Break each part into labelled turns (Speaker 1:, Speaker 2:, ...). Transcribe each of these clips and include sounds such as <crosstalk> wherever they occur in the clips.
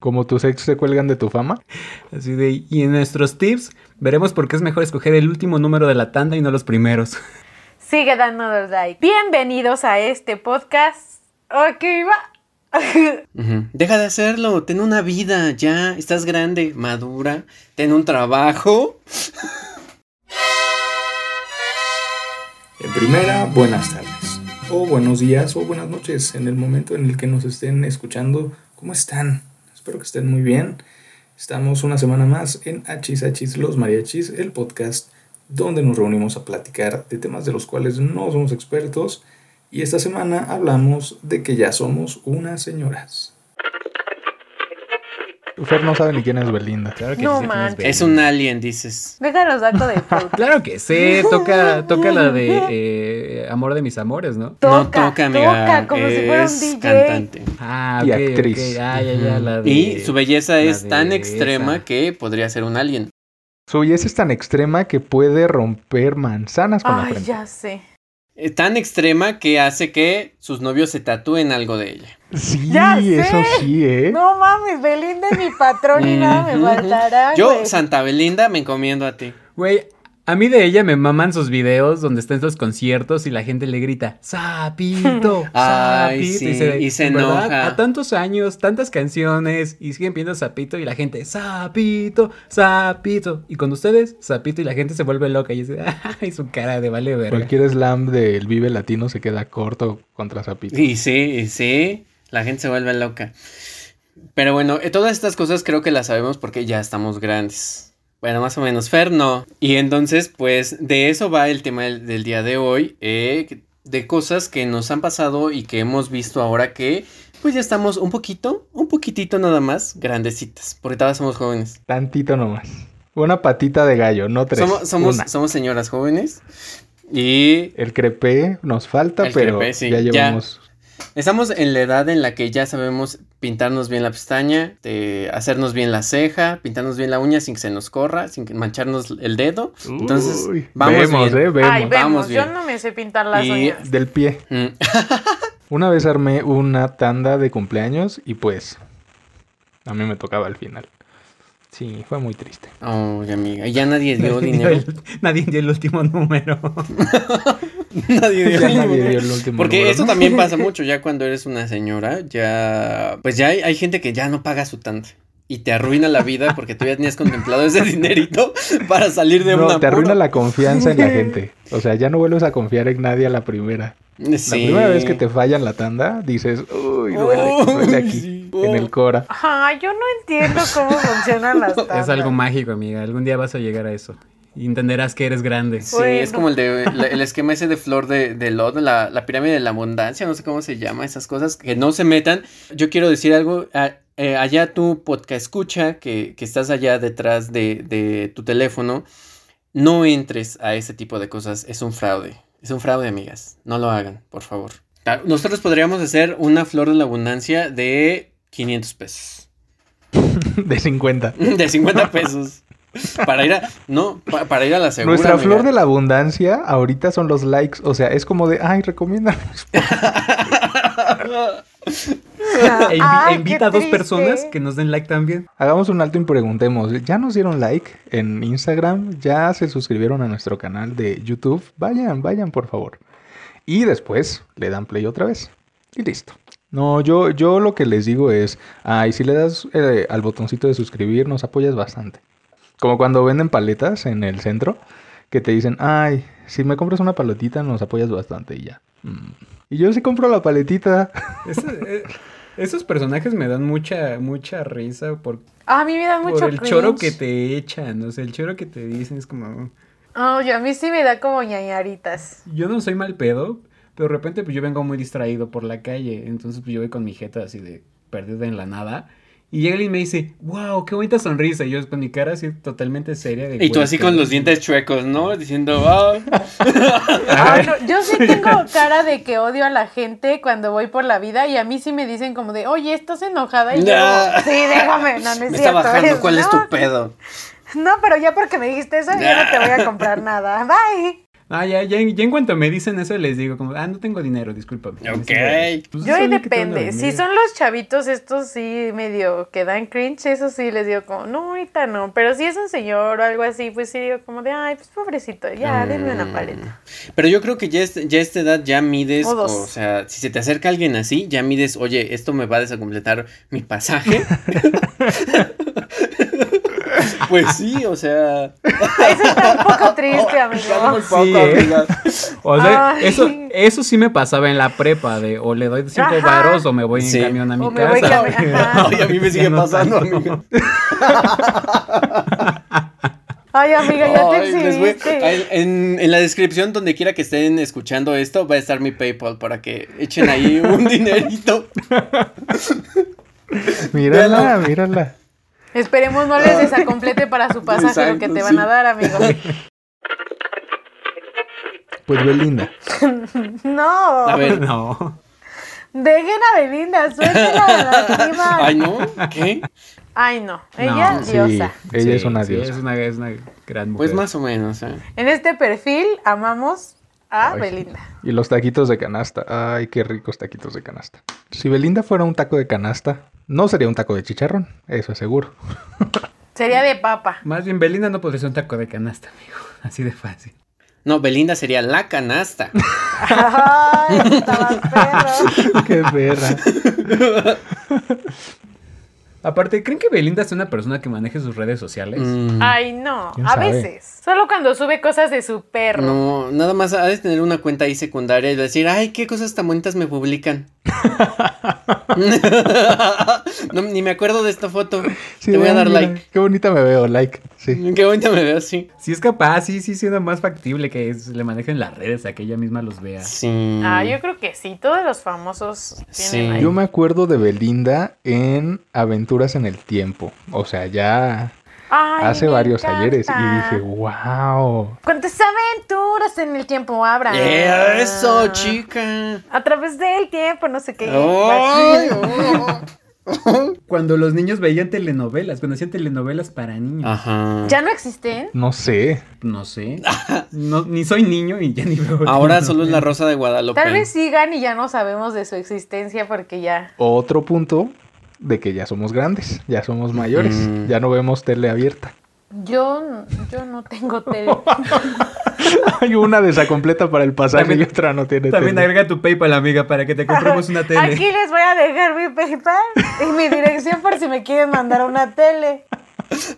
Speaker 1: Como tus ex se cuelgan de tu fama.
Speaker 2: Así de, y en nuestros tips veremos por qué es mejor escoger el último número de la tanda y no los primeros.
Speaker 3: Sigue dándonos like. Bienvenidos a este podcast. Ok, va.
Speaker 4: Ujú. Deja de hacerlo, ten una vida, ya, estás grande, madura, ten un trabajo.
Speaker 5: En primera, buenas tardes, o buenos días, o buenas noches, en el momento en el que nos estén escuchando. ¿Cómo están? Espero que estén muy bien. Estamos una semana más en Hachis Hachis Los Mariachis, el podcast donde nos reunimos a platicar de temas de los cuales no somos expertos. Y esta semana hablamos de que ya somos unas señoras.
Speaker 1: Fer no sabe ni quién es Belinda.
Speaker 2: Claro
Speaker 3: No
Speaker 2: quién
Speaker 3: manches.
Speaker 2: Belinda.
Speaker 4: Es un alien, dices.
Speaker 3: Déjanos datos
Speaker 4: <laughs>
Speaker 3: de
Speaker 2: Claro que sí, toca, toca la
Speaker 3: <laughs>
Speaker 2: de eh, Amor de mis amores, ¿no?
Speaker 3: Toca,
Speaker 4: no toca, amiga.
Speaker 3: toca, como si fuera un
Speaker 4: es
Speaker 3: DJ.
Speaker 4: cantante.
Speaker 2: Ah,
Speaker 1: Y
Speaker 2: ok,
Speaker 1: actriz.
Speaker 2: ok, ah, ya, ya, la de...
Speaker 4: Y su belleza
Speaker 2: la
Speaker 4: es tan
Speaker 2: de
Speaker 4: extrema
Speaker 2: esa.
Speaker 4: que podría ser un alien.
Speaker 1: Su belleza es tan extrema que puede romper manzanas con la
Speaker 3: Ay,
Speaker 1: frente.
Speaker 3: ya sé.
Speaker 4: Eh, Tan extrema que hace que sus novios se tatúen algo de ella.
Speaker 1: Sí,
Speaker 3: Ya sé.
Speaker 1: eso sí, ¿eh?
Speaker 3: No mames, Belinda es mi patrón y nada me
Speaker 4: Ujú.
Speaker 3: faltará.
Speaker 4: Yo,
Speaker 3: güey.
Speaker 4: Santa Belinda, me encomiendo a ti.
Speaker 2: Güey, a mí de ella me maman sus videos donde está en los conciertos y la gente le grita, sapito, sapito.
Speaker 4: <laughs> Ay, sí, y se
Speaker 2: "¿En verdad?
Speaker 4: enoja.
Speaker 2: A tantos años, tantas canciones y siguen pidiendo sapito y la gente, sapito, sapito. Y cuando ustedes, sapito y la gente se vuelve loca y dice, <laughs> ay, su cara de vale verga.
Speaker 1: Cualquier slam del Vive Latino se queda corto contra Zapito.
Speaker 4: Y sí, y sí, la gente se vuelve loca. Pero bueno, eh, todas estas cosas creo que las sabemos porque ya estamos grandes. Bueno, más o menos, Fer no. Y entonces, pues de eso va el tema del, del día de hoy, eh, que- de cosas que nos han pasado y que hemos visto ahora que, pues ya estamos un poquito, un poquitito nada más, grandecitas, porque todavía somos jóvenes.
Speaker 1: Tantito nomás. Una patita de gallo, no tres.
Speaker 4: Somos, somos,
Speaker 1: una.
Speaker 4: somos señoras jóvenes y
Speaker 1: El crepé nos falta,
Speaker 4: El
Speaker 1: pero
Speaker 4: crepé, sí,
Speaker 1: ya
Speaker 4: ya.
Speaker 1: llevamos.
Speaker 4: Estamos en la edad en la que ya sabemos pintarnos bien la pestaña, eh, hacernos bien la ceja, pintarnos bien la uña sin que se nos corra, sin que mancharnos el dedo. Entonces,
Speaker 1: Uy,
Speaker 4: vamos
Speaker 1: vemos,
Speaker 4: bien.
Speaker 1: ¿eh? Vemos.
Speaker 3: Ay, vemos.
Speaker 4: vamos
Speaker 3: Yo
Speaker 4: bien.
Speaker 3: no me sé pintar las
Speaker 4: Y-
Speaker 3: uñas.
Speaker 1: Del pie.
Speaker 4: Mm,
Speaker 1: Una vez armé una tanda de cumpleaños y pues a mí me tocaba al final. Sí, fue muy triste.
Speaker 4: Ay, amiga, ya nadie dio
Speaker 1: <laughs>
Speaker 2: <laughs> Nadie dio
Speaker 4: dinero.
Speaker 2: el- nadie dio el último número.
Speaker 4: <laughs> nadie <laughs>
Speaker 1: Ya
Speaker 4: dio
Speaker 1: nadie dio
Speaker 4: dinero.
Speaker 1: el último
Speaker 4: Porque
Speaker 1: número,
Speaker 4: eso
Speaker 1: ¿no? <laughs>
Speaker 4: también pasa mucho, ya cuando eres una señora, ya... Pues ya hay, hay gente que ya no paga su tanda. Y te arruina la vida porque tú ya tenías contemplado ese <laughs> dinerito para salir de
Speaker 1: No,
Speaker 4: una...
Speaker 1: te arruina la confianza en la gente. O sea, ya no vuelves a confiar en nadie a la primera. La primera vez que te fallan la tanda, dices, uy, duele,
Speaker 4: Uy,
Speaker 1: duele aquí,
Speaker 4: sí. Oh.
Speaker 1: en el cora.
Speaker 3: Ajá, yo no entiendo cómo funcionan las
Speaker 2: <laughs>
Speaker 3: tandas.
Speaker 2: es algo mágico, amiga. Algún día vas a llegar a eso. Y entenderás que eres grande.
Speaker 4: Sí, es
Speaker 3: Bueno.
Speaker 4: como el de la- el esquema ese de flor de, de lodo, la, la pirámide de la abundancia, no sé cómo se llama, esas cosas que no se metan. Yo quiero decir algo, a- eh, allá tu podcast escucha, que, que estás allá detrás de, de tu teléfono, no entres a ese tipo de cosas, es un fraude, es un fraude, amigas, no lo hagan, por favor. Ah, Nosotros podríamos hacer una flor de la abundancia de 500 pesos. <laughs>
Speaker 1: De 50.
Speaker 4: De 50 pesos. Para ir a. No, pa- para ir a la segunda.
Speaker 1: Nuestra flor de la abundancia ahorita son los likes. O sea, es como de, ay, recomiéndanos.
Speaker 2: E invi-
Speaker 4: Ah,
Speaker 3: Ay,
Speaker 2: e invita
Speaker 3: Ah, qué
Speaker 2: a dos
Speaker 3: triste.
Speaker 2: personas que nos den like también.
Speaker 1: Hagamos un alto y preguntemos, ¿ya nos dieron like en Instagram? ¿Ya se suscribieron a nuestro canal de YouTube? Vayan, vayan, por favor. Y después le dan play otra vez. Y listo. No, yo, yo lo que les digo es, ay, si le das eh, al botoncito de suscribir, nos apoyas bastante. Como cuando venden paletas en el centro, que te dicen, ay, si me compras una paletita, nos apoyas bastante y ya. Mm. Y yo sí compro la paletita. <laughs>
Speaker 2: Es- eh, esos personajes me dan mucha, mucha risa por,
Speaker 3: A mí me da mucho
Speaker 2: por el
Speaker 3: cringe.
Speaker 2: choro que te echan. O sea, el choro que te dicen es como.
Speaker 3: Ay, a mí sí me da como ñañaritas.
Speaker 2: Yo no soy mal pedo, pero de repente pues, yo vengo muy distraído por la calle. Entonces pues, yo voy con mi jeta así de perdida en la nada. Y llega alguien y me dice, wow, qué bonita sonrisa. Y yo con mi cara así totalmente seria. De,
Speaker 4: Y tú
Speaker 2: "Güey,
Speaker 4: así
Speaker 2: qué
Speaker 4: con
Speaker 2: bonita".
Speaker 4: los dientes chuecos, ¿no? Diciendo,
Speaker 3: <laughs>
Speaker 4: "Ah".
Speaker 3: Ay, Ah, no, yo sí tengo cara de que odio a la gente cuando voy por la vida y a mí sí me dicen como de, oye, estás enojada. Y yo,
Speaker 4: Nah.
Speaker 3: sí, déjame, no, no es
Speaker 4: <laughs> me está
Speaker 3: cierto,
Speaker 4: bajando,
Speaker 3: eres-
Speaker 4: ¿cuál es
Speaker 3: no,
Speaker 4: tu pedo?
Speaker 3: No, pero ya porque me dijiste eso, ya no te voy a comprar nada. Bye.
Speaker 2: Ah, ya, ya, ya en cuanto me dicen eso les digo como, ah, no tengo dinero, discúlpame.
Speaker 4: Ok.
Speaker 2: <laughs> Pues,
Speaker 3: Yo ahí
Speaker 2: sabía que te van a
Speaker 3: depende. Si
Speaker 2: venir.
Speaker 3: son los chavitos, estos sí medio que dan cringe, eso sí les digo como, no, ahorita no. Pero si es un señor o algo así, pues sí digo como de, ay, pues pobrecito,
Speaker 4: Ah.
Speaker 3: ya, denme
Speaker 4: Mm.
Speaker 3: una paleta.
Speaker 4: Pero yo creo que ya, es- ya a esta edad ya mides,
Speaker 3: O
Speaker 4: o,
Speaker 3: dos.
Speaker 4: sea, si se te acerca alguien así, ya mides, oye, esto me va a desacompletar mi pasaje. <laughs> pues sí, o sea.
Speaker 3: Eso está un poco
Speaker 4: <laughs>
Speaker 3: triste, amigo.
Speaker 4: Cálmame un poco,
Speaker 2: Sí, ¿eh?
Speaker 4: amiga.
Speaker 2: O sea,
Speaker 3: Ay.
Speaker 2: eso, eso sí me pasaba en la prepa de o le doy cinco
Speaker 3: Ajá.
Speaker 2: varos o me voy en
Speaker 4: Sí.
Speaker 2: camión a mi
Speaker 3: O me
Speaker 2: casa.
Speaker 3: voy cami- Ajá.
Speaker 4: Ay, a mí me sigue
Speaker 2: Ya <laughs> no
Speaker 4: pasando,
Speaker 2: tanto.
Speaker 4: amiga.
Speaker 3: Ay, amiga, ya te
Speaker 4: Ay, les voy- ay,
Speaker 3: exhibiste.
Speaker 4: en, en la descripción, donde quiera que estén escuchando esto, va a estar mi PayPal para que echen ahí un <laughs> dinerito.
Speaker 1: Mírala, mírala.
Speaker 3: Esperemos no les desacomplete para su pasaje lo que
Speaker 4: Exacto,
Speaker 3: te van a
Speaker 4: sí.
Speaker 3: dar, amigo.
Speaker 1: Pues Belinda.
Speaker 3: No,
Speaker 4: A
Speaker 2: <laughs>
Speaker 4: ver.
Speaker 2: No.
Speaker 3: dejen a Belinda, suéltela a la prima.
Speaker 4: Ay, no, ¿qué?
Speaker 3: Ay, no, ella
Speaker 2: No.
Speaker 3: es
Speaker 1: Sí,
Speaker 3: diosa.
Speaker 1: ella es
Speaker 2: Sí,
Speaker 1: una
Speaker 2: sí,
Speaker 1: diosa.
Speaker 2: es, una, es una gran mujer.
Speaker 4: Pues más o menos. ¿eh?
Speaker 3: En este perfil amamos
Speaker 1: Ay.
Speaker 3: a Ah, Belinda.
Speaker 1: Y los taquitos de canasta. Ay, qué ricos taquitos de canasta. Si Belinda fuera un taco de canasta, no sería un taco de chicharrón, eso es
Speaker 4: <laughs>
Speaker 1: seguro.
Speaker 3: Sería
Speaker 1: <laughs>
Speaker 3: de papa.
Speaker 2: Más bien, Belinda no podría ser un taco de canasta, amigo. <laughs> Así de fácil.
Speaker 4: No, Belinda sería
Speaker 3: <laughs>
Speaker 4: la canasta.
Speaker 3: Ay, estaba perro.
Speaker 1: qué perra.
Speaker 2: Aparte, ¿creen que Belinda es una persona que maneje sus redes sociales?
Speaker 4: Mm,
Speaker 3: Ay, no.
Speaker 1: ¿Quién
Speaker 3: A
Speaker 1: sabe?
Speaker 3: veces. Solo cuando sube cosas de su perro.
Speaker 4: No, nada más ha de tener una cuenta ahí secundaria y decir, ay, qué cosas tan bonitas
Speaker 1: <laughs>
Speaker 4: me publican. <laughs> no, ni me acuerdo de esta foto.
Speaker 1: Sí,
Speaker 4: Te voy a
Speaker 1: vean,
Speaker 4: dar
Speaker 1: mira,
Speaker 4: like. Mm,
Speaker 1: Qué bonita me veo, like. Sí.
Speaker 4: Qué bonita me veo así.
Speaker 2: Si es capaz, sí, sí, siendo más factible que es- le manejen las redes a que ella misma los vea.
Speaker 4: Sí.
Speaker 3: Ah, yo creo que sí. Todos los famosos tienen
Speaker 4: Sí.
Speaker 3: ahí.
Speaker 1: Yo me acuerdo de Belinda en Aventuras en el Tiempo. O sea, ya
Speaker 3: Ay,
Speaker 1: hace
Speaker 3: me
Speaker 1: varios
Speaker 3: encanta.
Speaker 1: ayeres. Y dije, wow.
Speaker 3: ¿Cuántas aventuras en el tiempo habrá?
Speaker 4: Eh, Eso, chica.
Speaker 3: A través del tiempo, no sé qué.
Speaker 4: Ay, oh.
Speaker 2: Cuando los niños veían telenovelas, cuando hacían telenovelas para niños.
Speaker 4: Ajá.
Speaker 3: <laughs> ¿Ya no existen?
Speaker 1: No sé.
Speaker 2: No <laughs> sé. No, ni soy niño y ya ni veo. <laughs>
Speaker 4: Ahora
Speaker 2: telenovelas.
Speaker 4: solo es la rosa de Guadalupe.
Speaker 3: Tal vez sigan y ya no sabemos de su existencia porque ya.
Speaker 1: Otro punto de que ya somos grandes, ya somos mayores,
Speaker 4: Mm.
Speaker 1: ya no vemos tele abierta. <laughs>
Speaker 3: Yo, yo no
Speaker 4: <laughs>
Speaker 3: tengo tele.
Speaker 1: Hay una desacompleta para el pasaje
Speaker 2: También-
Speaker 1: y otra no tiene
Speaker 2: También
Speaker 1: tele.
Speaker 2: agrega tu PayPal, amiga, para que te compremos una tele.
Speaker 3: Aquí les voy a dejar mi PayPal y mi dirección por si me quieren mandar una tele.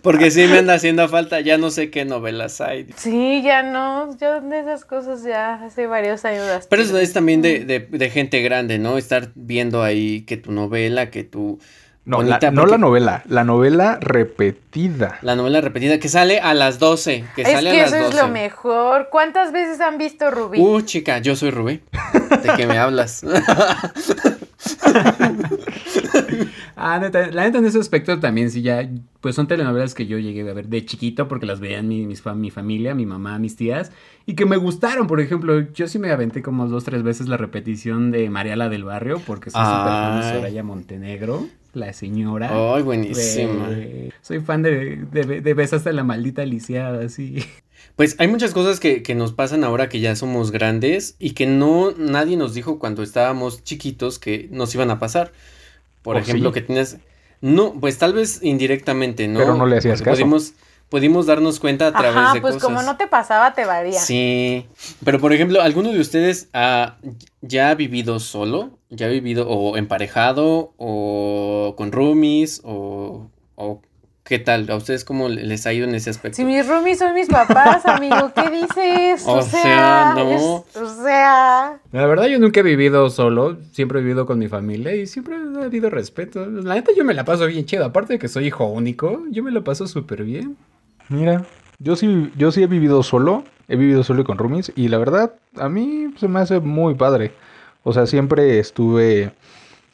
Speaker 4: Porque sí me anda haciendo falta. Ya no sé qué novelas hay.
Speaker 3: Sí, ya no, yo de esas cosas ya hace varios años. las
Speaker 4: Pero eso
Speaker 3: perdí.
Speaker 4: es también de, de- de gente grande, ¿no? Estar viendo ahí que tu novela, que tu...
Speaker 1: No, la,
Speaker 4: bonita,
Speaker 1: no
Speaker 4: porque-
Speaker 1: la novela, la novela repetida.
Speaker 4: La novela repetida que sale a las 12. Que
Speaker 3: Es
Speaker 4: sale
Speaker 3: que
Speaker 4: a las
Speaker 3: eso
Speaker 4: 12.
Speaker 3: es lo mejor. ¿Cuántas veces han visto Rubí?
Speaker 4: Uh, chica, yo soy Rubén. ¿De qué me hablas?
Speaker 2: Ah, neta, la neta en ese aspecto también, sí, ya, pues son telenovelas que yo llegué a ver de chiquito porque las veían mi, mis fam- mi familia, mi mamá, mis tías, y que me gustaron, por ejemplo, yo sí me aventé como dos, tres veces la repetición de Mariala del Barrio porque soy súper fan de
Speaker 4: Ay.
Speaker 2: Soraya Montenegro, la señora.
Speaker 4: Ay, buenísima.
Speaker 2: Eh, soy fan de, de, de Besaste a la maldita lisiada, sí.
Speaker 4: Pues hay muchas cosas que, que nos pasan ahora que ya somos grandes y que no nadie nos dijo cuando estábamos chiquitos que nos iban a pasar. Por
Speaker 1: ¿O
Speaker 4: ejemplo,
Speaker 1: Oh, sí?
Speaker 4: que tienes. No, pues tal vez indirectamente, ¿no?
Speaker 1: Pero no le hacías
Speaker 4: Porque
Speaker 1: caso.
Speaker 4: Pudimos, pudimos darnos cuenta a través
Speaker 3: Ajá,
Speaker 4: de
Speaker 3: pues
Speaker 4: cosas.
Speaker 3: como no te pasaba, te varía.
Speaker 4: Sí, pero por ejemplo, ¿alguno de ustedes ah, ya ha vivido solo? ¿Ya ha vivido o emparejado o con roomies o, o qué tal? ¿A ustedes cómo le- les ha ido en ese aspecto?
Speaker 3: Si mis roomies son mis papás, amigo, ¿qué dices? O,
Speaker 4: O
Speaker 3: sea,
Speaker 4: sea, no.
Speaker 3: es- o sea,
Speaker 2: La verdad, yo nunca he vivido solo, siempre he vivido con mi familia y siempre ha habido respeto. La neta, yo me la paso bien chido, aparte de que soy hijo único, yo me la paso súper bien.
Speaker 1: Mira, yo sí, yo sí he vivido solo, he vivido solo y con roomies, y la verdad, a mí se me hace muy padre. O sea, siempre estuve,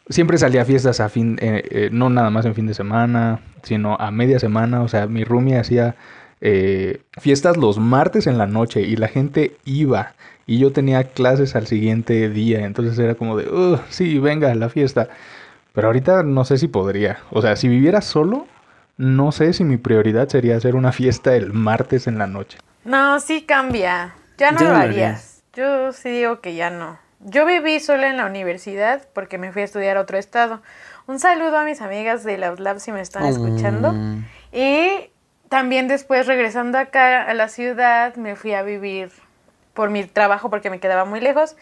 Speaker 1: siempre salía a fiestas a fin, eh, eh, no nada más en fin de semana, sino a media semana. O sea, mi roomie hacía eh, fiestas los martes en la noche y la gente iba. Y yo tenía clases al siguiente día, entonces era como de, "Ugh, sí, venga, la fiesta. Pero ahorita no sé si podría. O sea, si viviera solo, no sé si mi prioridad sería hacer una fiesta el martes en la noche.
Speaker 3: no, sí cambia. Ya no
Speaker 4: Ya
Speaker 3: lo
Speaker 4: no lo
Speaker 3: harías. Yo sí digo que ya no. Yo viví sola en la universidad porque me fui a estudiar a otro estado. Un saludo a mis amigas de la Lab si me están escuchando.
Speaker 4: Mm.
Speaker 3: Y también después regresando acá a la ciudad me fui a vivir por mi trabajo porque me quedaba muy lejos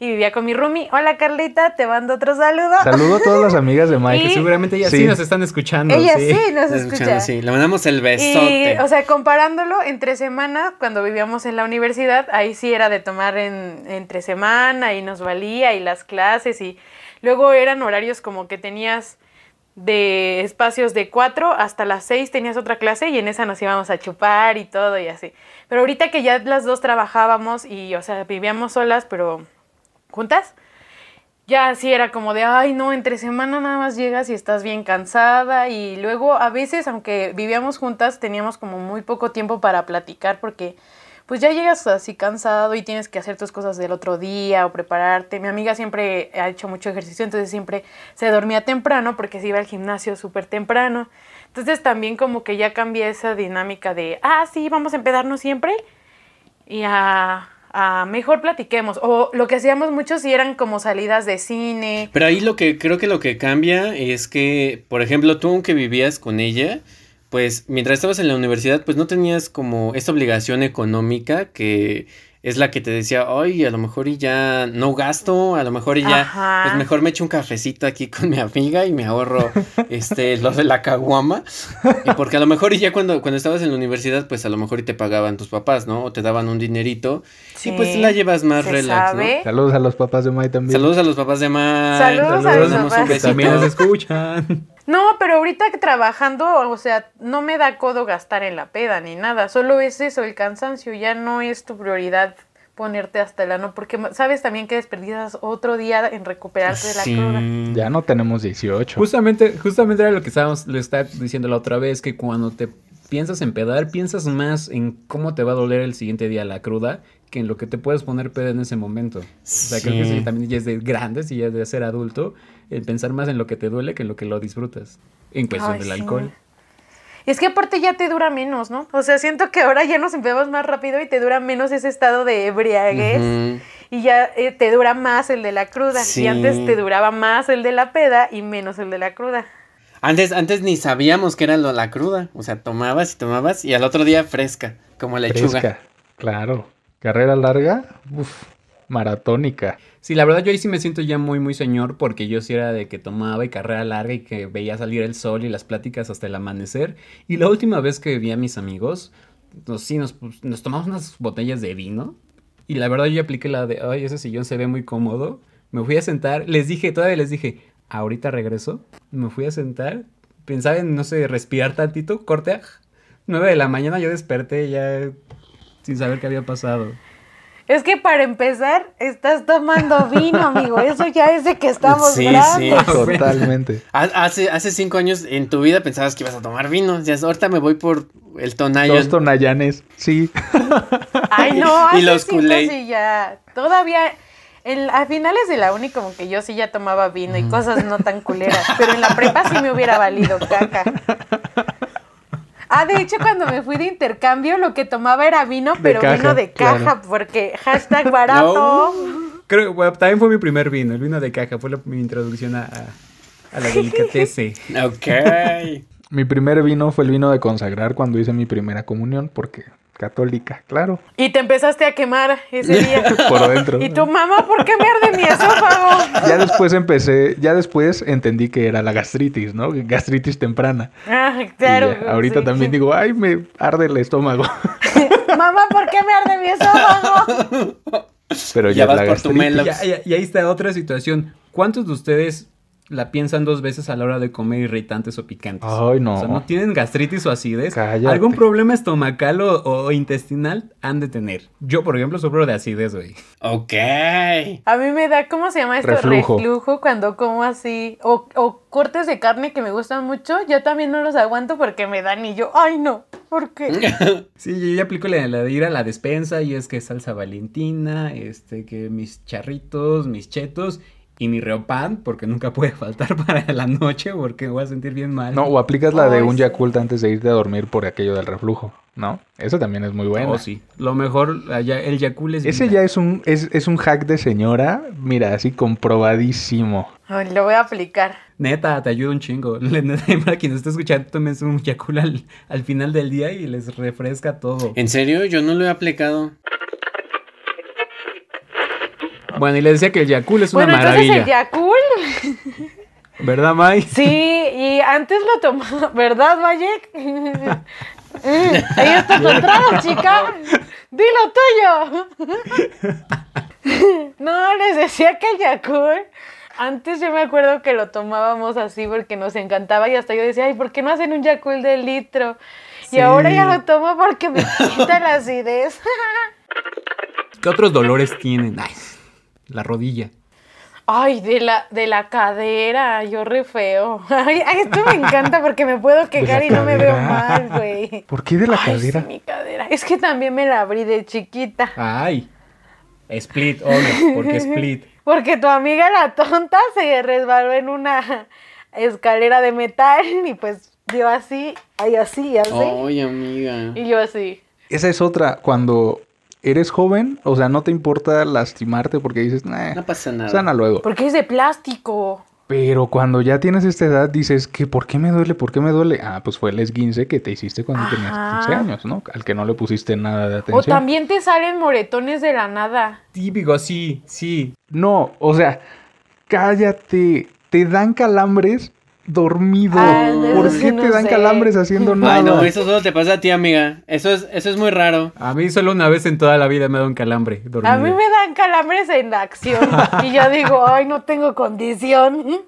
Speaker 3: y vivía con mi roomie. Hola Carlita, te mando otro saludo.
Speaker 1: Saludo a todas las
Speaker 4: <laughs>
Speaker 1: amigas de Mike.
Speaker 3: Y-
Speaker 2: Seguramente ellas sí.
Speaker 1: Sí.
Speaker 2: nos están escuchando.
Speaker 3: Ella sí, nos
Speaker 4: Estás
Speaker 3: escucha.
Speaker 4: escuchando, sí. Le mandamos el besote.
Speaker 3: Y, o sea, comparándolo entre semana, cuando vivíamos en la universidad, ahí sí era de tomar en, entre semana y nos valía y las clases y luego eran horarios como que tenías de espacios de 4 hasta las 6 tenías otra clase y en esa nos íbamos a chupar y todo y así. Pero ahorita que ya las dos trabajábamos y, o sea, vivíamos solas, pero juntas, ya así era como de, ay, no, entre semana nada más llegas y estás bien cansada. Y luego a veces, aunque vivíamos juntas, teníamos como muy poco tiempo para platicar porque pues ya llegas así cansado y tienes que hacer tus cosas del otro día o prepararte. Mi amiga siempre ha hecho mucho ejercicio, entonces siempre se dormía temprano porque se iba al gimnasio súper temprano. Entonces también como que ya cambié esa dinámica de, ah, sí, vamos a empedarnos siempre y a, a mejor platiquemos. O lo que hacíamos mucho sí eran como salidas de cine.
Speaker 4: Pero ahí lo que creo que lo que cambia es que, por ejemplo, tú aunque vivías con ella, pues mientras estabas en la universidad, pues no tenías como esta obligación económica que es la que te decía, ay, a lo mejor y ya no gasto, a lo mejor y ya,
Speaker 3: Ajá.
Speaker 4: pues mejor me echo un cafecito aquí con mi amiga y
Speaker 3: <laughs>
Speaker 4: me ahorro este, lo de la caguama. Y porque a lo mejor y ya cuando, cuando estabas en la universidad, pues a lo mejor y te pagaban tus papás, ¿no? O te daban un dinerito y pues te la llevas más
Speaker 3: eh, se
Speaker 4: relax, ¿no?
Speaker 3: sabe.
Speaker 1: Saludos a los papás de Mike también.
Speaker 4: Saludos a los papás de Mike.
Speaker 3: Saludos a
Speaker 4: les
Speaker 3: los
Speaker 4: damos
Speaker 3: papás.
Speaker 4: un besito.
Speaker 2: También
Speaker 4: <laughs>
Speaker 2: nos escuchan.
Speaker 3: No, pero ahorita que trabajando, o sea, no me da codo gastar en la peda ni nada. Solo es eso, el cansancio. Ya no es tu prioridad ponerte hasta el ano. Porque sabes también que desperdicias otro día en recuperarte de la
Speaker 4: Sí.
Speaker 3: cruda.
Speaker 1: Ya no tenemos 18.
Speaker 2: Justamente, justamente era lo que estábamos, lo estaba diciendo la otra vez, que cuando te piensas en pedar, piensas más en cómo te va a doler el siguiente día la cruda que en lo que te puedes poner peda en ese momento. O sea, creo que
Speaker 4: Sí.
Speaker 2: sí, también ya es de grandes y ya es de ser adulto, el pensar más en lo que te duele que en lo que lo disfrutas, en cuestión
Speaker 3: Ay,
Speaker 2: del
Speaker 3: sí.
Speaker 2: alcohol.
Speaker 3: Y es que aparte ya te dura menos, ¿no? O sea, siento que ahora ya nos empedamos más rápido y te dura menos ese estado de ebriaguez.
Speaker 4: Ujú.
Speaker 3: Y ya eh, te dura más el de la cruda.
Speaker 4: Sí.
Speaker 3: Y antes te duraba más el de la peda y menos el de la cruda.
Speaker 4: Antes, antes ni sabíamos que era lo, la cruda. O sea, tomabas y tomabas y al otro día fresca, como lechuga.
Speaker 1: Fresca, Claro. Carrera larga, uf, maratónica.
Speaker 2: Sí, la verdad yo ahí sí me siento ya muy, muy señor porque yo sí era de que tomaba y carrera larga y que veía salir el sol y las pláticas hasta el amanecer. Y la última vez que vi a mis amigos, nos, sí, nos, pues, nos tomamos unas botellas de vino y la verdad yo apliqué la de, ay, ese sillón se ve muy cómodo. Me fui a sentar, les dije, todavía les dije, ahorita regreso. Me fui a sentar, pensaba en, no sé, respirar tantito, corte, ah, 9 de la mañana yo desperté ya sin saber qué había pasado.
Speaker 3: Es que para empezar, estás tomando vino, amigo. Eso ya es de que estamos
Speaker 4: Sí, sí.
Speaker 3: grandes.
Speaker 1: Totalmente.
Speaker 4: <laughs> Ha- Hace, hace cinco años en tu vida pensabas que ibas a tomar vino. Ya, ahorita me voy por el tonayo.
Speaker 1: Los tonayanes, sí.
Speaker 3: Ay, no,
Speaker 4: Y
Speaker 3: hace
Speaker 4: los
Speaker 3: cinco
Speaker 4: Kool-Aid.
Speaker 3: sí ya. Todavía. en- a finales de la uni como que yo sí ya tomaba vino y cosas no tan culeras, pero en la prepa sí me hubiera valido caca. Ah, de hecho cuando me fui de intercambio lo que tomaba era vino, pero
Speaker 1: caja,
Speaker 3: vino de caja,
Speaker 1: claro.
Speaker 3: porque hashtag barato.
Speaker 2: Creo, bueno, también fue mi primer vino, el vino de caja, fue la- mi introducción a, a, a la delicatese.
Speaker 4: Ok.
Speaker 1: Mi primer vino fue el vino de consagrar cuando hice mi primera comunión, porque católica, claro.
Speaker 3: Y te empezaste a quemar ese día.
Speaker 4: <laughs>
Speaker 1: Por dentro.
Speaker 3: <laughs> Y tu mamá, ¿por qué me arde mi esófago?
Speaker 1: Ya después empecé, ya después entendí que era la gastritis, ¿no? Gastritis temprana.
Speaker 3: Ah,
Speaker 1: Y
Speaker 3: claro.
Speaker 1: ya, ahorita
Speaker 3: sí. <laughs>
Speaker 1: también digo, ay, me arde el estómago.
Speaker 3: Mamá, ¿por qué me arde mi esófago?
Speaker 1: Pero ya,
Speaker 4: Ya vas
Speaker 1: es <laughs> la
Speaker 4: por tu
Speaker 1: gastritis.
Speaker 4: mela.
Speaker 2: Y, a- y a- y ahí está otra situación. ¿Cuántos de ustedes la piensan dos veces a la hora de comer irritantes o picantes?
Speaker 1: Ay, no.
Speaker 2: O sea, no tienen gastritis o acidez.
Speaker 1: Cállate.
Speaker 2: Algún problema estomacal o, o intestinal han de tener. Yo, por ejemplo, sufro de acidez, güey.
Speaker 4: Ok.
Speaker 3: A mí me da, ¿cómo se llama esto?
Speaker 1: Reflujo.
Speaker 3: cuando como así. O, o cortes de carne que me gustan mucho, yo también no los aguanto porque me dan y yo, ay no, ¿por
Speaker 1: ¿Mm?
Speaker 3: qué?
Speaker 2: Sí, yo ya aplico la, la de ir a la despensa y es que salsa valentina, este, que mis charritos, mis chetos. y mi reopan, porque nunca puede <laughs> faltar para la noche, porque voy a sentir bien mal.
Speaker 1: No, o aplicas la de
Speaker 3: Ay,
Speaker 1: un
Speaker 3: sí.
Speaker 1: Yakult antes de irte a dormir por aquello del reflujo, ¿no? Eso también es muy bueno.
Speaker 2: Oh, sí. Lo mejor, allá, el Yakul es.
Speaker 1: Ese
Speaker 2: vida.
Speaker 1: ya es un, es, es un hack de señora, mira, así comprobadísimo.
Speaker 3: Ay, lo voy a aplicar.
Speaker 2: Neta, te ayuda un chingo. <laughs> Le- neta, Para quien nos esté escuchando, tómense un Yakul al, al final del día y les refresca todo.
Speaker 4: ¿En serio? Yo no lo he aplicado.
Speaker 2: Bueno, y le decía que el Yakul es una
Speaker 3: bueno,
Speaker 2: maravilla.
Speaker 3: entonces el Yakul.
Speaker 2: ¿Verdad, May?
Speaker 3: Sí, y antes lo tomaba, <laughs> ¿verdad, Valle? Mm, Ahí está tu trago, chica. Dilo tuyo. No, les decía que el Yakult. Antes yo me acuerdo que lo tomábamos así porque nos encantaba y hasta yo decía, ay, ¿por qué no hacen un Yakult de litro?
Speaker 2: Sí.
Speaker 3: Y ahora ya lo tomo porque me quita la acidez.
Speaker 2: ¿Qué otros dolores tienen? Ay, la rodilla.
Speaker 3: Ay, de la, de la cadera, yo re feo. Ay, ay, esto me encanta porque me puedo quejar y no me veo
Speaker 1: cadera.
Speaker 3: mal, güey.
Speaker 1: ¿Por qué de la
Speaker 3: Ay, sí,
Speaker 1: cadera?
Speaker 3: mi cadera. Es que también me la abrí de chiquita.
Speaker 2: Ay. Split, obvio, porque
Speaker 3: <laughs>
Speaker 2: split.
Speaker 3: Porque tu amiga la tonta se resbaló en una escalera de metal y pues yo así, ay, así, y así.
Speaker 4: Ay, amiga.
Speaker 3: Y yo así.
Speaker 1: Esa es otra, cuando eres joven, o sea, no te importa lastimarte porque dices, nah,
Speaker 4: No pasa nada.
Speaker 1: sana luego.
Speaker 3: Porque es de plástico.
Speaker 1: Pero cuando ya tienes esta edad, dices que ¿por qué me duele? ¿Por qué me duele? Ah, pues fue el esguince que te hiciste cuando
Speaker 3: Ajá.
Speaker 1: tenías 15 años, ¿no? Al que no le pusiste nada de
Speaker 3: O
Speaker 1: atención.
Speaker 3: también te salen moretones de la nada.
Speaker 2: Típico, sí, sí.
Speaker 1: No, o sea, cállate. Te dan calambres dormido.
Speaker 3: Ah,
Speaker 4: de
Speaker 1: ¿Por
Speaker 4: eso
Speaker 1: qué
Speaker 3: sí
Speaker 1: te
Speaker 3: no
Speaker 1: dan
Speaker 3: sé.
Speaker 1: calambres haciendo nada?
Speaker 4: Ay, no, eso solo te pasa a ti, amiga. Eso es, eso es muy raro.
Speaker 2: A mí solo una vez en toda la vida me da un calambre. Dormido.
Speaker 3: A mí me dan calambres en la acción. y yo digo, ay, no tengo condición.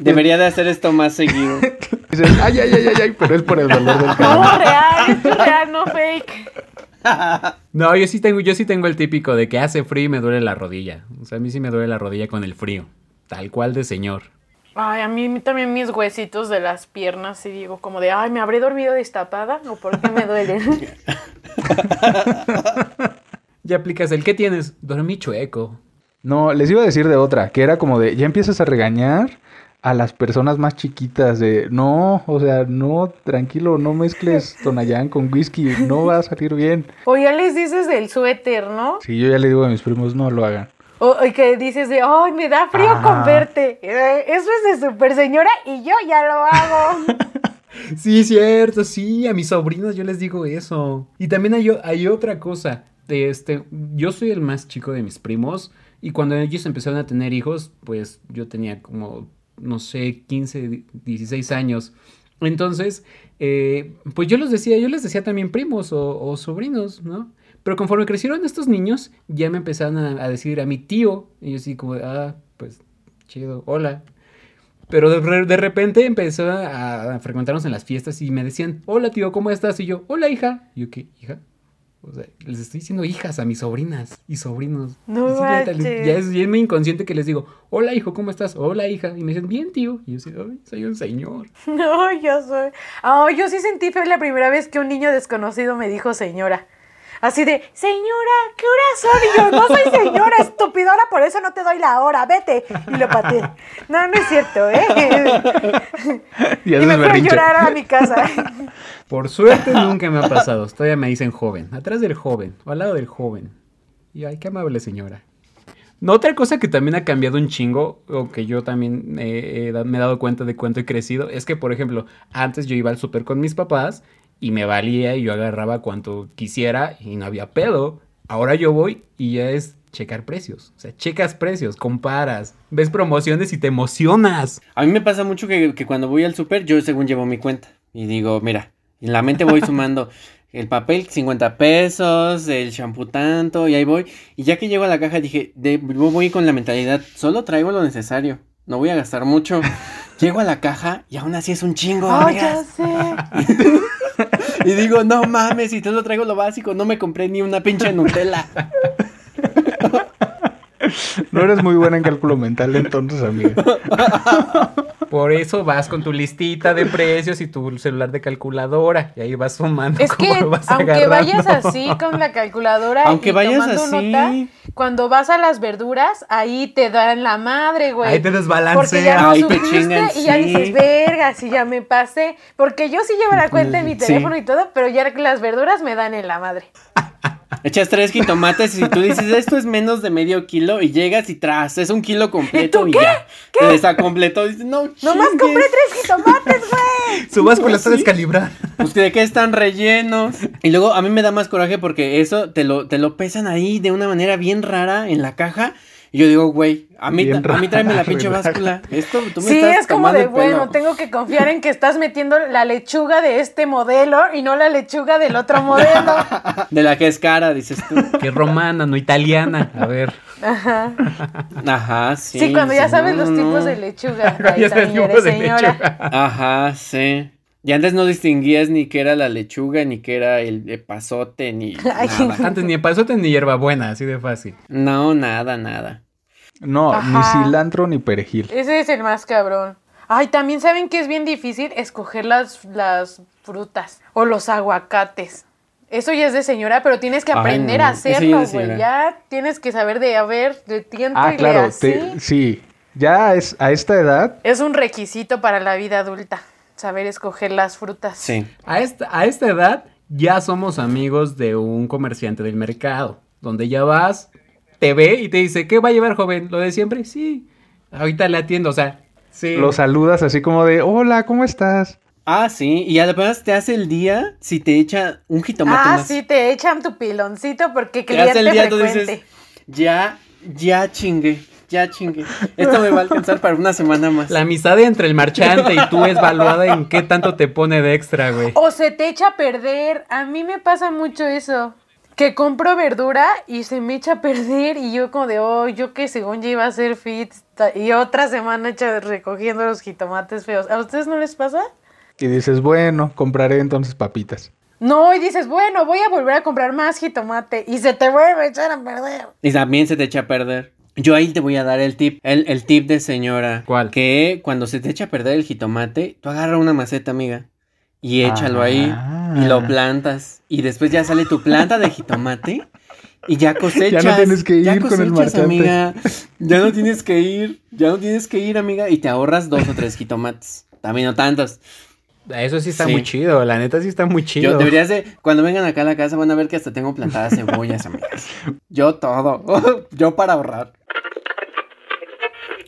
Speaker 4: Debería de hacer esto más seguido. <laughs>
Speaker 1: Dices, ay, ay, ay, ay, ay, pero es por el dolor
Speaker 3: <laughs>
Speaker 1: del calambre.
Speaker 3: No, real, es real, no fake.
Speaker 2: No, yo sí tengo, yo sí tengo el típico de que hace frío y me duele la rodilla. O sea, a mí sí me duele la rodilla con el frío. Tal cual de señor.
Speaker 3: Ay, a mí también mis huesitos de las piernas, y digo, como de, ay, ¿me habré dormido destapada? ¿O por qué me duelen?
Speaker 2: Ya aplicas el ¿qué tienes? Dormí chueco.
Speaker 1: No, les iba a decir de otra, que era como de, ya empiezas a regañar a las personas más chiquitas de, no, o sea, no, tranquilo, no mezcles Tonayán con whisky, no va a salir bien.
Speaker 3: O ya les dices del suéter, ¿no?
Speaker 1: Sí, yo ya le digo a mis primos, no lo hagan.
Speaker 3: O, o que dices de, ay, me da frío
Speaker 1: Ah.
Speaker 3: con verte. Eh, Eso es de super señora y yo ya lo hago.
Speaker 2: Sí, cierto, sí, a mis sobrinos yo les digo eso. Y también hay, o- hay otra cosa. de este, yo soy el más chico de mis primos y cuando ellos empezaron a tener hijos, pues yo tenía como, no sé, 15, di- 16 años. Entonces, eh, pues yo los decía, yo les decía también primos o, o sobrinos, ¿no? Pero conforme crecieron estos niños, ya me empezaron a, a decir a mi tío. Y yo así como, ah, pues chido, hola. Pero de, re- de repente empezó a, a frecuentarnos en las fiestas y me decían, hola tío, ¿cómo estás? Y yo, hola hija. Y yo, ¿qué, hija? O sea, les estoy diciendo hijas a mis sobrinas y sobrinos.
Speaker 3: No
Speaker 2: Y sí, neta, les-
Speaker 3: manches.
Speaker 2: ya es bien mi inconsciente que les digo, hola hijo, ¿cómo estás? Hola hija. Y me dicen, bien tío. Y yo sí, soy un señor.
Speaker 3: <laughs> No, yo soy. Ah, yo sí sentí fue la primera vez que un niño desconocido me dijo señora. Así de, señora, ¿qué hora son? Y yo, no soy señora, estúpido, ahora por eso no te doy la hora, vete. Y lo pateé. No, no es
Speaker 2: <laughs>
Speaker 3: cierto, ¿eh?
Speaker 1: Y
Speaker 3: Y,
Speaker 1: haces
Speaker 3: me fui a
Speaker 1: berrinche.
Speaker 3: llorar a mi casa.
Speaker 2: Por suerte nunca me ha pasado. Todavía me dicen joven. Atrás del joven. O al lado del joven. Y ay, qué amable señora. No, otra cosa que también ha cambiado un chingo, o que yo también eh, he da- me he dado cuenta de cuánto he crecido, es que, por ejemplo, antes yo iba al súper con mis papás y me valía y yo agarraba cuanto quisiera y no había pedo. Ahora yo voy y ya es checar precios. O sea, checas precios, comparas, ves promociones y te emocionas.
Speaker 4: A mí me pasa mucho que, que cuando voy al súper, yo según llevo mi cuenta. Y digo, mira, en la mente voy sumando el papel 50 pesos, el shampoo tanto, y ahí voy. Y ya que llego a la caja dije, de, yo voy con la mentalidad, solo traigo lo necesario, no voy a gastar mucho. Llego a la caja y aún así es un chingo,
Speaker 3: Oh, ya
Speaker 4: amigas.
Speaker 3: sé.
Speaker 4: Y digo, no mames, si solo traigo lo básico, no me compré ni una pinche Nutella.
Speaker 1: No eres muy buena en cálculo mental entonces, amiga.
Speaker 2: Por eso vas con tu listita de precios y tu celular de calculadora. Y ahí vas sumando.
Speaker 3: Es que
Speaker 2: cómo vas
Speaker 3: aunque
Speaker 2: agarrando.
Speaker 3: vayas así con la calculadora
Speaker 4: Aunque
Speaker 3: y
Speaker 4: vayas
Speaker 3: tomando
Speaker 4: así.
Speaker 3: nota, cuando vas a las verduras, ahí te dan la madre,
Speaker 2: <laughs>
Speaker 3: güey.
Speaker 2: Ahí te
Speaker 3: Porque ya
Speaker 2: desbalancea.
Speaker 3: no
Speaker 4: Ahí te
Speaker 3: supiste
Speaker 4: chingan,
Speaker 3: y ya
Speaker 4: sí.
Speaker 3: dices, verga, si ya me pasé. Porque yo sí llevo la cuenta en mi
Speaker 4: Sí.
Speaker 3: teléfono y todo, pero ya las verduras me dan en la madre.
Speaker 4: Echas tres jitomates y tú dices, esto es menos de medio kilo y llegas y tras, es un kilo completo
Speaker 3: tú
Speaker 4: y
Speaker 3: qué?
Speaker 4: ya.
Speaker 3: ¿Qué?
Speaker 4: Te Está completo. Dices, no,
Speaker 3: Nomás
Speaker 4: chingues.
Speaker 3: compré tres
Speaker 4: <laughs>
Speaker 3: jitomates, güey.
Speaker 2: Su
Speaker 3: <laughs>
Speaker 2: vasco lo está
Speaker 4: Sí.
Speaker 2: descalibrando.
Speaker 4: Pues de qué están rellenos. Y luego a mí me da más coraje porque eso te lo, te lo pesan ahí de una manera bien rara en la caja. Y yo digo, güey, a mí,
Speaker 1: Bien
Speaker 4: ta- a mí tráeme la
Speaker 1: rara,
Speaker 4: pinche
Speaker 1: relaja.
Speaker 4: báscula. Esto tú me
Speaker 3: Sí,
Speaker 4: estás
Speaker 3: es como
Speaker 4: tomando
Speaker 3: de,
Speaker 4: el pelo.
Speaker 3: bueno, tengo que confiar en que estás metiendo la lechuga de este modelo y no la lechuga del otro modelo.
Speaker 4: De la que es cara, dices tú.
Speaker 2: Que romana, no italiana. A ver.
Speaker 3: Ajá.
Speaker 4: Ajá, <laughs> sí.
Speaker 3: Sí, cuando ya
Speaker 4: dices,
Speaker 3: sabes
Speaker 4: no,
Speaker 3: los
Speaker 4: no.
Speaker 3: tipos de lechuga. <laughs>
Speaker 4: <laughs>
Speaker 3: Ahí
Speaker 2: Ya sabes
Speaker 3: también
Speaker 2: cómo
Speaker 3: eres
Speaker 2: de
Speaker 3: señora.
Speaker 2: lechuga.
Speaker 4: Ajá, sí. Y antes no distinguías ni qué era la lechuga, ni qué era el epazote, ni
Speaker 3: <laughs> Ay.
Speaker 2: <laughs>
Speaker 4: nada.
Speaker 2: Antes ni epazote ni hierbabuena, así de fácil.
Speaker 4: No, nada, nada.
Speaker 1: No,
Speaker 3: Ajá.
Speaker 1: ni cilantro ni perejil.
Speaker 3: Ese es el más cabrón. Ay, también saben que es bien difícil escoger las, las frutas o los aguacates. Eso ya es de señora, pero tienes que
Speaker 4: Ay,
Speaker 3: aprender
Speaker 4: no,
Speaker 3: a
Speaker 4: eso ya es de
Speaker 3: hacerlo, güey.
Speaker 4: señora.
Speaker 3: Ya tienes que saber de, a ver, de tiento
Speaker 1: Ah,
Speaker 3: y de
Speaker 1: claro,
Speaker 3: así.
Speaker 1: te- sí. Ya es, a esta edad,
Speaker 3: Es un requisito para la vida adulta, saber escoger las frutas.
Speaker 4: Sí.
Speaker 2: A esta, a esta edad ya somos amigos de un comerciante del mercado, donde ya vas, te ve y te dice, ¿qué va a llevar, joven? ¿Lo de siempre? Sí. Ahorita le atiendo, o sea, sí.
Speaker 1: lo saludas así como de, hola, ¿cómo estás?
Speaker 4: Ah, sí. Y además te hace el día si te echa un jitomate
Speaker 3: ah,
Speaker 4: más.
Speaker 3: sí, te echan tu piloncito porque
Speaker 4: Te
Speaker 3: cliente
Speaker 4: hace el día, tú
Speaker 3: frecuente.
Speaker 4: dices, ya, ya chingue, ya chingue. Esto me va a alcanzar para una semana más.
Speaker 2: La amistad entre el marchante y tú es valuada en qué tanto te pone de extra, güey.
Speaker 3: O se te echa a perder. A mí me pasa mucho eso. Que compro verdura y se me echa a perder. Y yo como de, oh, yo que según ya iba a ser fit. ta- Y otra semana echa recogiendo los jitomates feos. ¿A ustedes no les pasa?
Speaker 1: Y dices, bueno, compraré entonces papitas.
Speaker 3: No, y dices, bueno, voy a volver a comprar más jitomate. Y se te vuelve a echar a perder.
Speaker 4: Y también se te echa a perder. Yo ahí te voy a dar el tip, el, el tip de señora.
Speaker 2: ¿Cuál?
Speaker 4: Que cuando se te echa a perder el jitomate, tú agarra una maceta, amiga, y échalo ahí,
Speaker 1: Ah.
Speaker 4: y lo plantas, y después ya sale tu planta de jitomate,
Speaker 1: <laughs>
Speaker 4: y ya cosechas.
Speaker 1: tienes que
Speaker 4: ya
Speaker 1: ir con el
Speaker 4: cosechas,
Speaker 1: marchante. <laughs>
Speaker 4: amiga. Ya no tienes que ir, ya no tienes que ir, amiga, y te ahorras dos o tres jitomates. También no tantos.
Speaker 2: Eso sí está
Speaker 4: Sí.
Speaker 2: muy chido, la neta sí está muy chido.
Speaker 4: Yo deberías de, cuando vengan acá a la casa van a ver que hasta tengo plantadas cebollas, amigas.
Speaker 1: <laughs>
Speaker 4: Yo todo, <laughs> yo para ahorrar.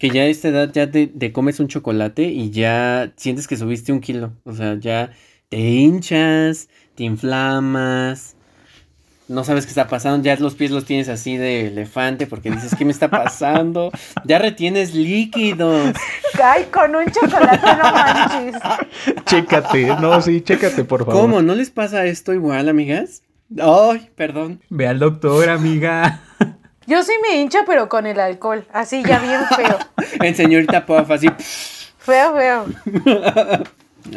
Speaker 4: Que ya a esta edad ya te, te comes un chocolate y ya sientes que subiste un kilo. O sea, ya te hinchas, te inflamas, no sabes qué está pasando, ya los pies los tienes así de elefante porque dices, ¿qué me está pasando? Ya retienes líquidos.
Speaker 3: Ay, con un chocolate no manches.
Speaker 1: Chécate, no, sí, chécate, por favor.
Speaker 4: ¿Cómo? ¿No les pasa esto igual, amigas? Ay, perdón.
Speaker 2: Ve al doctor, amiga.
Speaker 3: Yo sí me hincho, pero con el alcohol. Así ya bien feo.
Speaker 4: En señorita Puff, así.
Speaker 3: Feo, feo.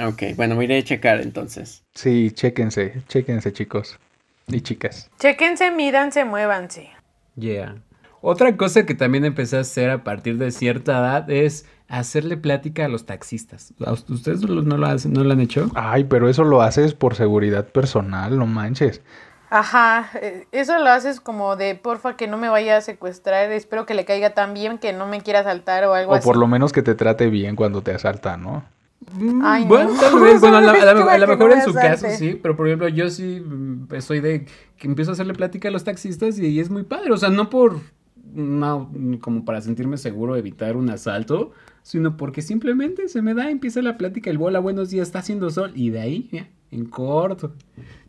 Speaker 4: Ok, bueno, me iré a checar entonces.
Speaker 1: Sí, chéquense, chéquense, chicos y chicas.
Speaker 3: Chéquense, mídanse, muévanse.
Speaker 2: Yeah. Otra cosa que también empecé a hacer a partir de cierta edad es hacerle plática a los taxistas. ¿A us- ¿Ustedes no lo, no lo hacen- no lo han hecho?
Speaker 1: Ay, pero eso lo haces por seguridad personal, no manches.
Speaker 3: Ajá, eh, eso lo haces como de porfa que no me vaya a secuestrar, espero que le caiga tan bien que no me quiera asaltar o algo
Speaker 1: O
Speaker 3: así.
Speaker 1: por lo menos que te trate bien cuando te asalta, ¿no?
Speaker 2: Mm,
Speaker 3: Ay, no.
Speaker 2: bueno, tal vez, bueno, a la-
Speaker 3: <laughs>
Speaker 2: a la- a la,
Speaker 3: Estuve que
Speaker 2: mejor
Speaker 3: no
Speaker 2: en
Speaker 3: me
Speaker 2: su caso
Speaker 3: salte.
Speaker 2: sí, pero por ejemplo yo sí mm, pues, soy de que empiezo a hacerle plática a los taxistas y, es muy padre, o sea, no por, no, mm, como para sentirme seguro evitar un asalto, sino porque simplemente se me da, empieza la plática, el bola, buenos días, está haciendo sol y de ahí, ya, en corto.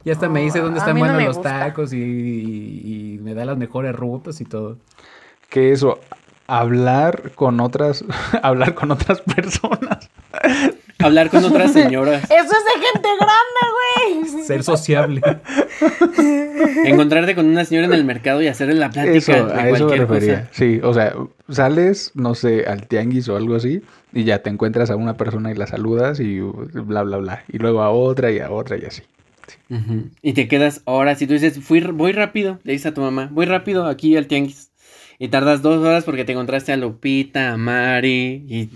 Speaker 2: Y hasta me dice
Speaker 3: Ah,
Speaker 2: dónde
Speaker 3: a
Speaker 2: están
Speaker 3: mí no
Speaker 2: buenos
Speaker 3: me
Speaker 2: los
Speaker 3: gusta.
Speaker 2: tacos y, y- y me da las mejores rutas y
Speaker 3: <laughs>
Speaker 2: todo.
Speaker 1: Que eso, hablar con otras, <laughs> hablar con otras personas.
Speaker 4: Hablar con otra
Speaker 3: <laughs>
Speaker 4: señora,
Speaker 3: Eso es de gente
Speaker 2: <laughs>
Speaker 3: grande, güey.
Speaker 2: Ser
Speaker 3: <laughs>
Speaker 2: sociable.
Speaker 4: encontrarte con una señora en el mercado y hacerle la plática
Speaker 1: Eso,
Speaker 4: de
Speaker 1: a eso me
Speaker 4: cualquier
Speaker 1: refería.
Speaker 4: cosa.
Speaker 1: Sí, o sea, sales, no sé, al tianguis o algo así, y ya te encuentras a una persona y la saludas y uh, bla, bla, bla. Y luego a otra y a otra y así.
Speaker 4: Ujú. Y te quedas horas y tú dices, Fui, voy rápido, le dices a tu mamá, voy rápido aquí al tianguis. Y tardas dos horas porque te encontraste a Lupita, a Mari y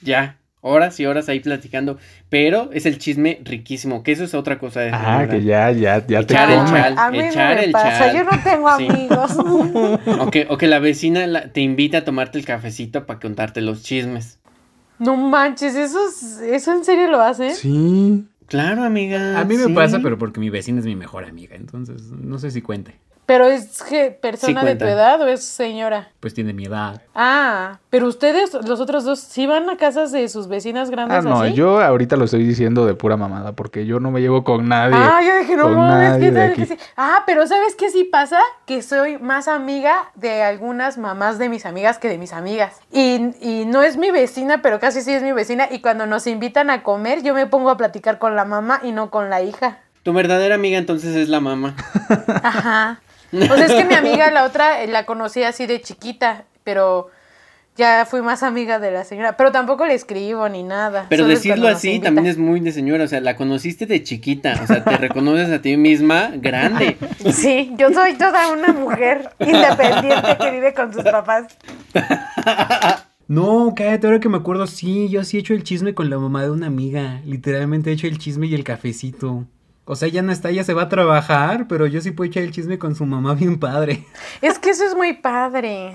Speaker 4: ya, horas y horas ahí platicando, pero es el chisme riquísimo, que eso es otra cosa. de
Speaker 1: Ah,
Speaker 4: verdad.
Speaker 1: que ya, ya, ya te
Speaker 4: Echar el
Speaker 1: come.
Speaker 4: chal,
Speaker 6: A mí
Speaker 4: echar
Speaker 6: no me
Speaker 4: el
Speaker 6: pasa,
Speaker 4: chal.
Speaker 6: yo no tengo
Speaker 4: Sí.
Speaker 6: amigos.
Speaker 4: <laughs> O que, o que la vecina la- te invita a tomarte el cafecito para contarte los chismes.
Speaker 3: No manches, ¿eso, es- ¿eso en serio lo hacen?
Speaker 1: Sí.
Speaker 4: Claro, amiga.
Speaker 2: A mí me
Speaker 4: sí.
Speaker 2: pasa, pero porque mi vecina es mi mejor amiga, entonces no sé si cuente.
Speaker 3: ¿Pero es que persona de tu
Speaker 4: cuentan.
Speaker 3: edad o es señora?
Speaker 2: Pues tiene mi edad.
Speaker 3: Ah, pero ustedes, los otros dos, ¿sí van a casas de sus vecinas grandes
Speaker 1: Ah, no,
Speaker 3: así?
Speaker 1: yo ahorita lo estoy diciendo de pura mamada, porque yo no me llevo con nadie.
Speaker 3: Ah, yo dije, no
Speaker 1: con
Speaker 3: mames,
Speaker 1: nadie
Speaker 3: ¿qué
Speaker 1: de
Speaker 3: tal
Speaker 1: aquí.
Speaker 3: que sí? Ah, pero ¿sabes qué sí pasa? Que soy más amiga de algunas mamás de mis amigas que de mis amigas. Y, y no es mi vecina, pero casi sí es mi vecina. Y cuando nos invitan a comer, yo me pongo a platicar con la mamá y no con la hija.
Speaker 4: Tu verdadera amiga entonces es la <laughs> mamá.
Speaker 3: Ajá. Pues es que mi amiga, la otra, eh, la conocí así de chiquita, pero ya fui más amiga de la señora. Pero tampoco le escribo ni nada.
Speaker 4: Pero decirlo así también es muy de señora, o sea, la conociste de chiquita, o <laughs> sea, te reconoces a ti misma grande.
Speaker 3: es. Sí, yo soy toda una mujer independiente que vive con sus papás.
Speaker 2: No, cállate, ahora que me acuerdo, sí, yo sí he hecho el chisme con la mamá de una amiga. Literalmente he hecho el chisme y el cafecito. O sea, ya no está, ya se va a trabajar, pero yo sí puedo echar el chisme con su mamá bien padre.
Speaker 3: Es que eso es muy padre.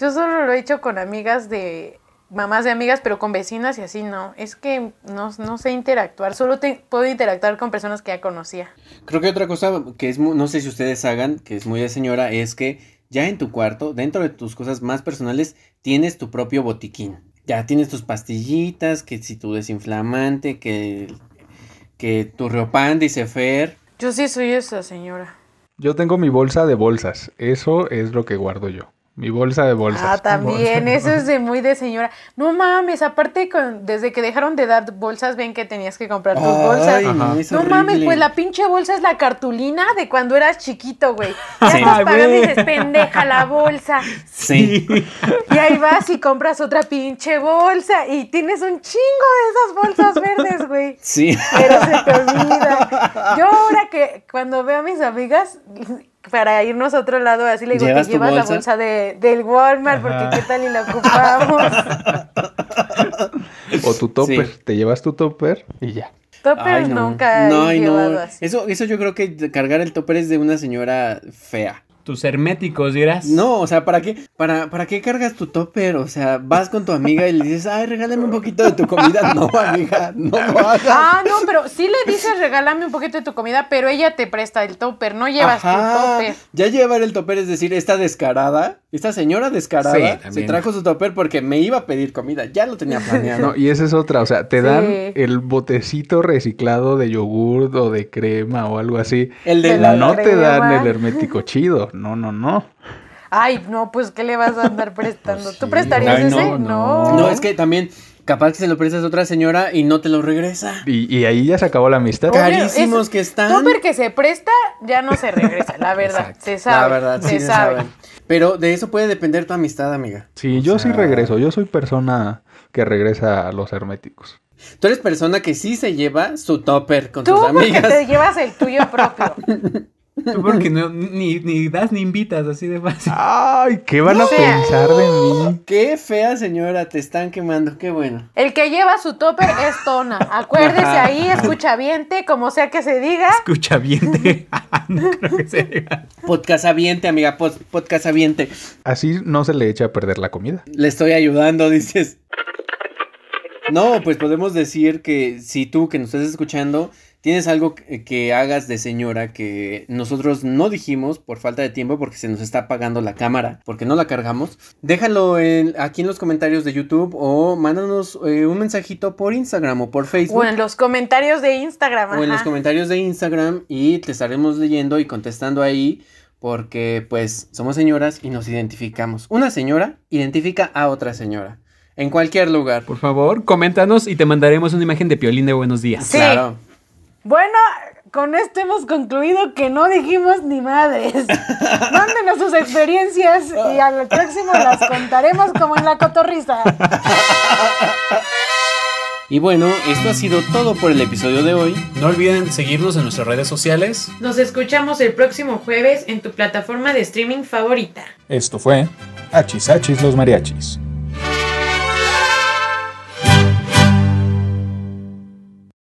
Speaker 3: Yo solo lo he hecho con amigas de mamás de amigas, pero con vecinas y así no. Es que no, no sé interactuar, solo te- puedo interactuar con personas que ya conocía.
Speaker 4: <laughs> Creo que otra cosa que es, mu- no sé si ustedes hagan, que es muy de señora, es que ya en tu cuarto, dentro de tus cosas más personales, tienes tu propio botiquín. Ya tienes tus pastillitas, que si tu desinflamante, que, que tu Riopan, dice Fer.
Speaker 3: Yo sí soy esa señora.
Speaker 1: Yo tengo mi bolsa de bolsas. Eso es lo que guardo yo. Mi bolsa de
Speaker 3: Ah,
Speaker 1: bolsas.
Speaker 3: también, eso es de muy de señora. No mames, aparte con, desde que dejaron de dar bolsas, ven que tenías que comprar tus bolsas.
Speaker 4: Ay, no,
Speaker 2: Ajá.
Speaker 4: es
Speaker 3: No mames,
Speaker 4: horrible.
Speaker 3: pues la pinche bolsa es la cartulina de cuando eras chiquito, güey. Ya
Speaker 4: Sí.
Speaker 3: estás
Speaker 2: Ay,
Speaker 3: pagando y
Speaker 2: güey.
Speaker 3: dices, pendeja la bolsa.
Speaker 4: Sí.
Speaker 3: Y ahí vas y compras otra pinche bolsa y tienes un chingo de esas bolsas verdes, güey.
Speaker 4: Sí.
Speaker 3: Pero se te olvida. Yo ahora que cuando veo a mis amigas, para irnos a otro lado, así le digo
Speaker 4: ¿Llevas
Speaker 3: que
Speaker 4: tu
Speaker 3: llevas la
Speaker 4: bolsa?
Speaker 3: bolsa de, del Walmart,
Speaker 2: Ajá.
Speaker 3: porque qué tal y la
Speaker 4: <laughs>
Speaker 3: ocupamos.
Speaker 1: O tu topper.
Speaker 4: Sí.
Speaker 1: Te llevas tu topper y ya.
Speaker 3: Toppers
Speaker 4: Ay,
Speaker 3: nunca
Speaker 4: No,
Speaker 3: he
Speaker 4: ay,
Speaker 3: llevado
Speaker 4: no.
Speaker 3: así.
Speaker 4: Eso, eso yo creo que de- cargar el topper es de una señora fea.
Speaker 2: <laughs> Tus herméticos, dirás.
Speaker 4: No, o sea, ¿para qué, para, ¿para qué cargas tu topper? O sea, vas con tu amiga y le dices, ay, regálame un poquito de tu comida. <laughs> No, amiga, no lo hagas.
Speaker 3: Ah, no, pero sí le dices regálame un poquito de tu comida, pero ella te presta el topper, no llevas tu
Speaker 4: Ajá.
Speaker 3: topper.
Speaker 4: Ya llevar el topper es decir, esta descarada, esta señora
Speaker 2: Sí,
Speaker 4: descarada, se
Speaker 2: también.
Speaker 4: trajo su topper porque me iba a pedir comida. Ya lo tenía planeado.
Speaker 1: No, y esa es otra, o sea, te dan
Speaker 3: Sí.
Speaker 1: el botecito reciclado de yogur o de crema o algo así.
Speaker 4: <laughs> el de
Speaker 3: de
Speaker 4: la.
Speaker 3: la
Speaker 1: no te
Speaker 3: crema.
Speaker 1: dan el hermético chido. No, no, no.
Speaker 3: Ay, no, pues ¿qué le vas a andar prestando?
Speaker 2: Pues
Speaker 3: ¿Tú
Speaker 2: sí.
Speaker 3: prestarías
Speaker 4: Ay, no,
Speaker 3: ese? No,
Speaker 2: no.
Speaker 4: No, es que también, capaz que se lo prestas a otra señora y no te lo regresa.
Speaker 1: Y, y ahí ya se acabó la amistad.
Speaker 4: Oh.
Speaker 3: Obvio,
Speaker 4: Carísimos
Speaker 3: es-
Speaker 4: que están.
Speaker 3: Topper que se presta ya no se regresa,
Speaker 4: <laughs>
Speaker 3: la verdad.
Speaker 2: Exacto.
Speaker 3: Se sabe.
Speaker 4: la verdad,
Speaker 3: se
Speaker 4: sí, se
Speaker 3: sabe.
Speaker 4: saben. Pero de eso puede depender tu amistad, amiga.
Speaker 1: Sí,
Speaker 4: O
Speaker 1: yo sí
Speaker 4: sea,
Speaker 1: regreso. Yo soy persona que regresa a los herméticos.
Speaker 4: Tú eres persona que sí se lleva su topper con
Speaker 3: Tú
Speaker 4: sus
Speaker 3: porque <laughs>
Speaker 4: amigas.
Speaker 3: te llevas el tuyo propio.
Speaker 4: <laughs>
Speaker 2: Tú porque no, ni, ni das ni invitas, así de fácil.
Speaker 1: Ay, ¿qué van a
Speaker 3: No.
Speaker 1: pensar de mí?
Speaker 4: Qué fea señora, te están quemando, qué bueno.
Speaker 3: El que lleva su topper es tona. Acuérdese
Speaker 4: Ajá.
Speaker 3: ahí, escucha viente, como sea que se diga.
Speaker 2: Escucha bien, <laughs> Ah, no creo que sea.
Speaker 4: Podcast aviente, amiga, pos- podcast aviente.
Speaker 1: Así no se le echa a perder la comida.
Speaker 4: Le estoy ayudando, <laughs> dices. No, pues podemos decir que si tú que nos estás escuchando tienes algo que, que hagas de señora que nosotros no dijimos por falta de tiempo porque se nos está apagando la cámara, porque no la cargamos, déjalo en- aquí en los comentarios de YouTube o mándanos eh, un mensajito por Instagram o por Facebook.
Speaker 3: O en los comentarios de Instagram.
Speaker 4: o en los
Speaker 3: ajá.
Speaker 4: comentarios de Instagram y te estaremos leyendo y contestando ahí porque pues somos señoras y nos identificamos. Una señora identifica a otra señora en cualquier lugar.
Speaker 2: Por favor, coméntanos y te mandaremos una imagen de Piolín de buenos días.
Speaker 3: Sí. Bueno, con esto hemos concluido que no dijimos ni
Speaker 4: <laughs>
Speaker 3: madres. Mándenos sus experiencias y al próximo las contaremos como en la cotorriza.
Speaker 4: Y bueno, esto ha sido todo por el episodio de hoy.
Speaker 2: No olviden seguirnos en nuestras redes sociales.
Speaker 3: Nos escuchamos el próximo jueves en tu plataforma de streaming favorita.
Speaker 5: Esto fue Hachis Hachis los Mariachis.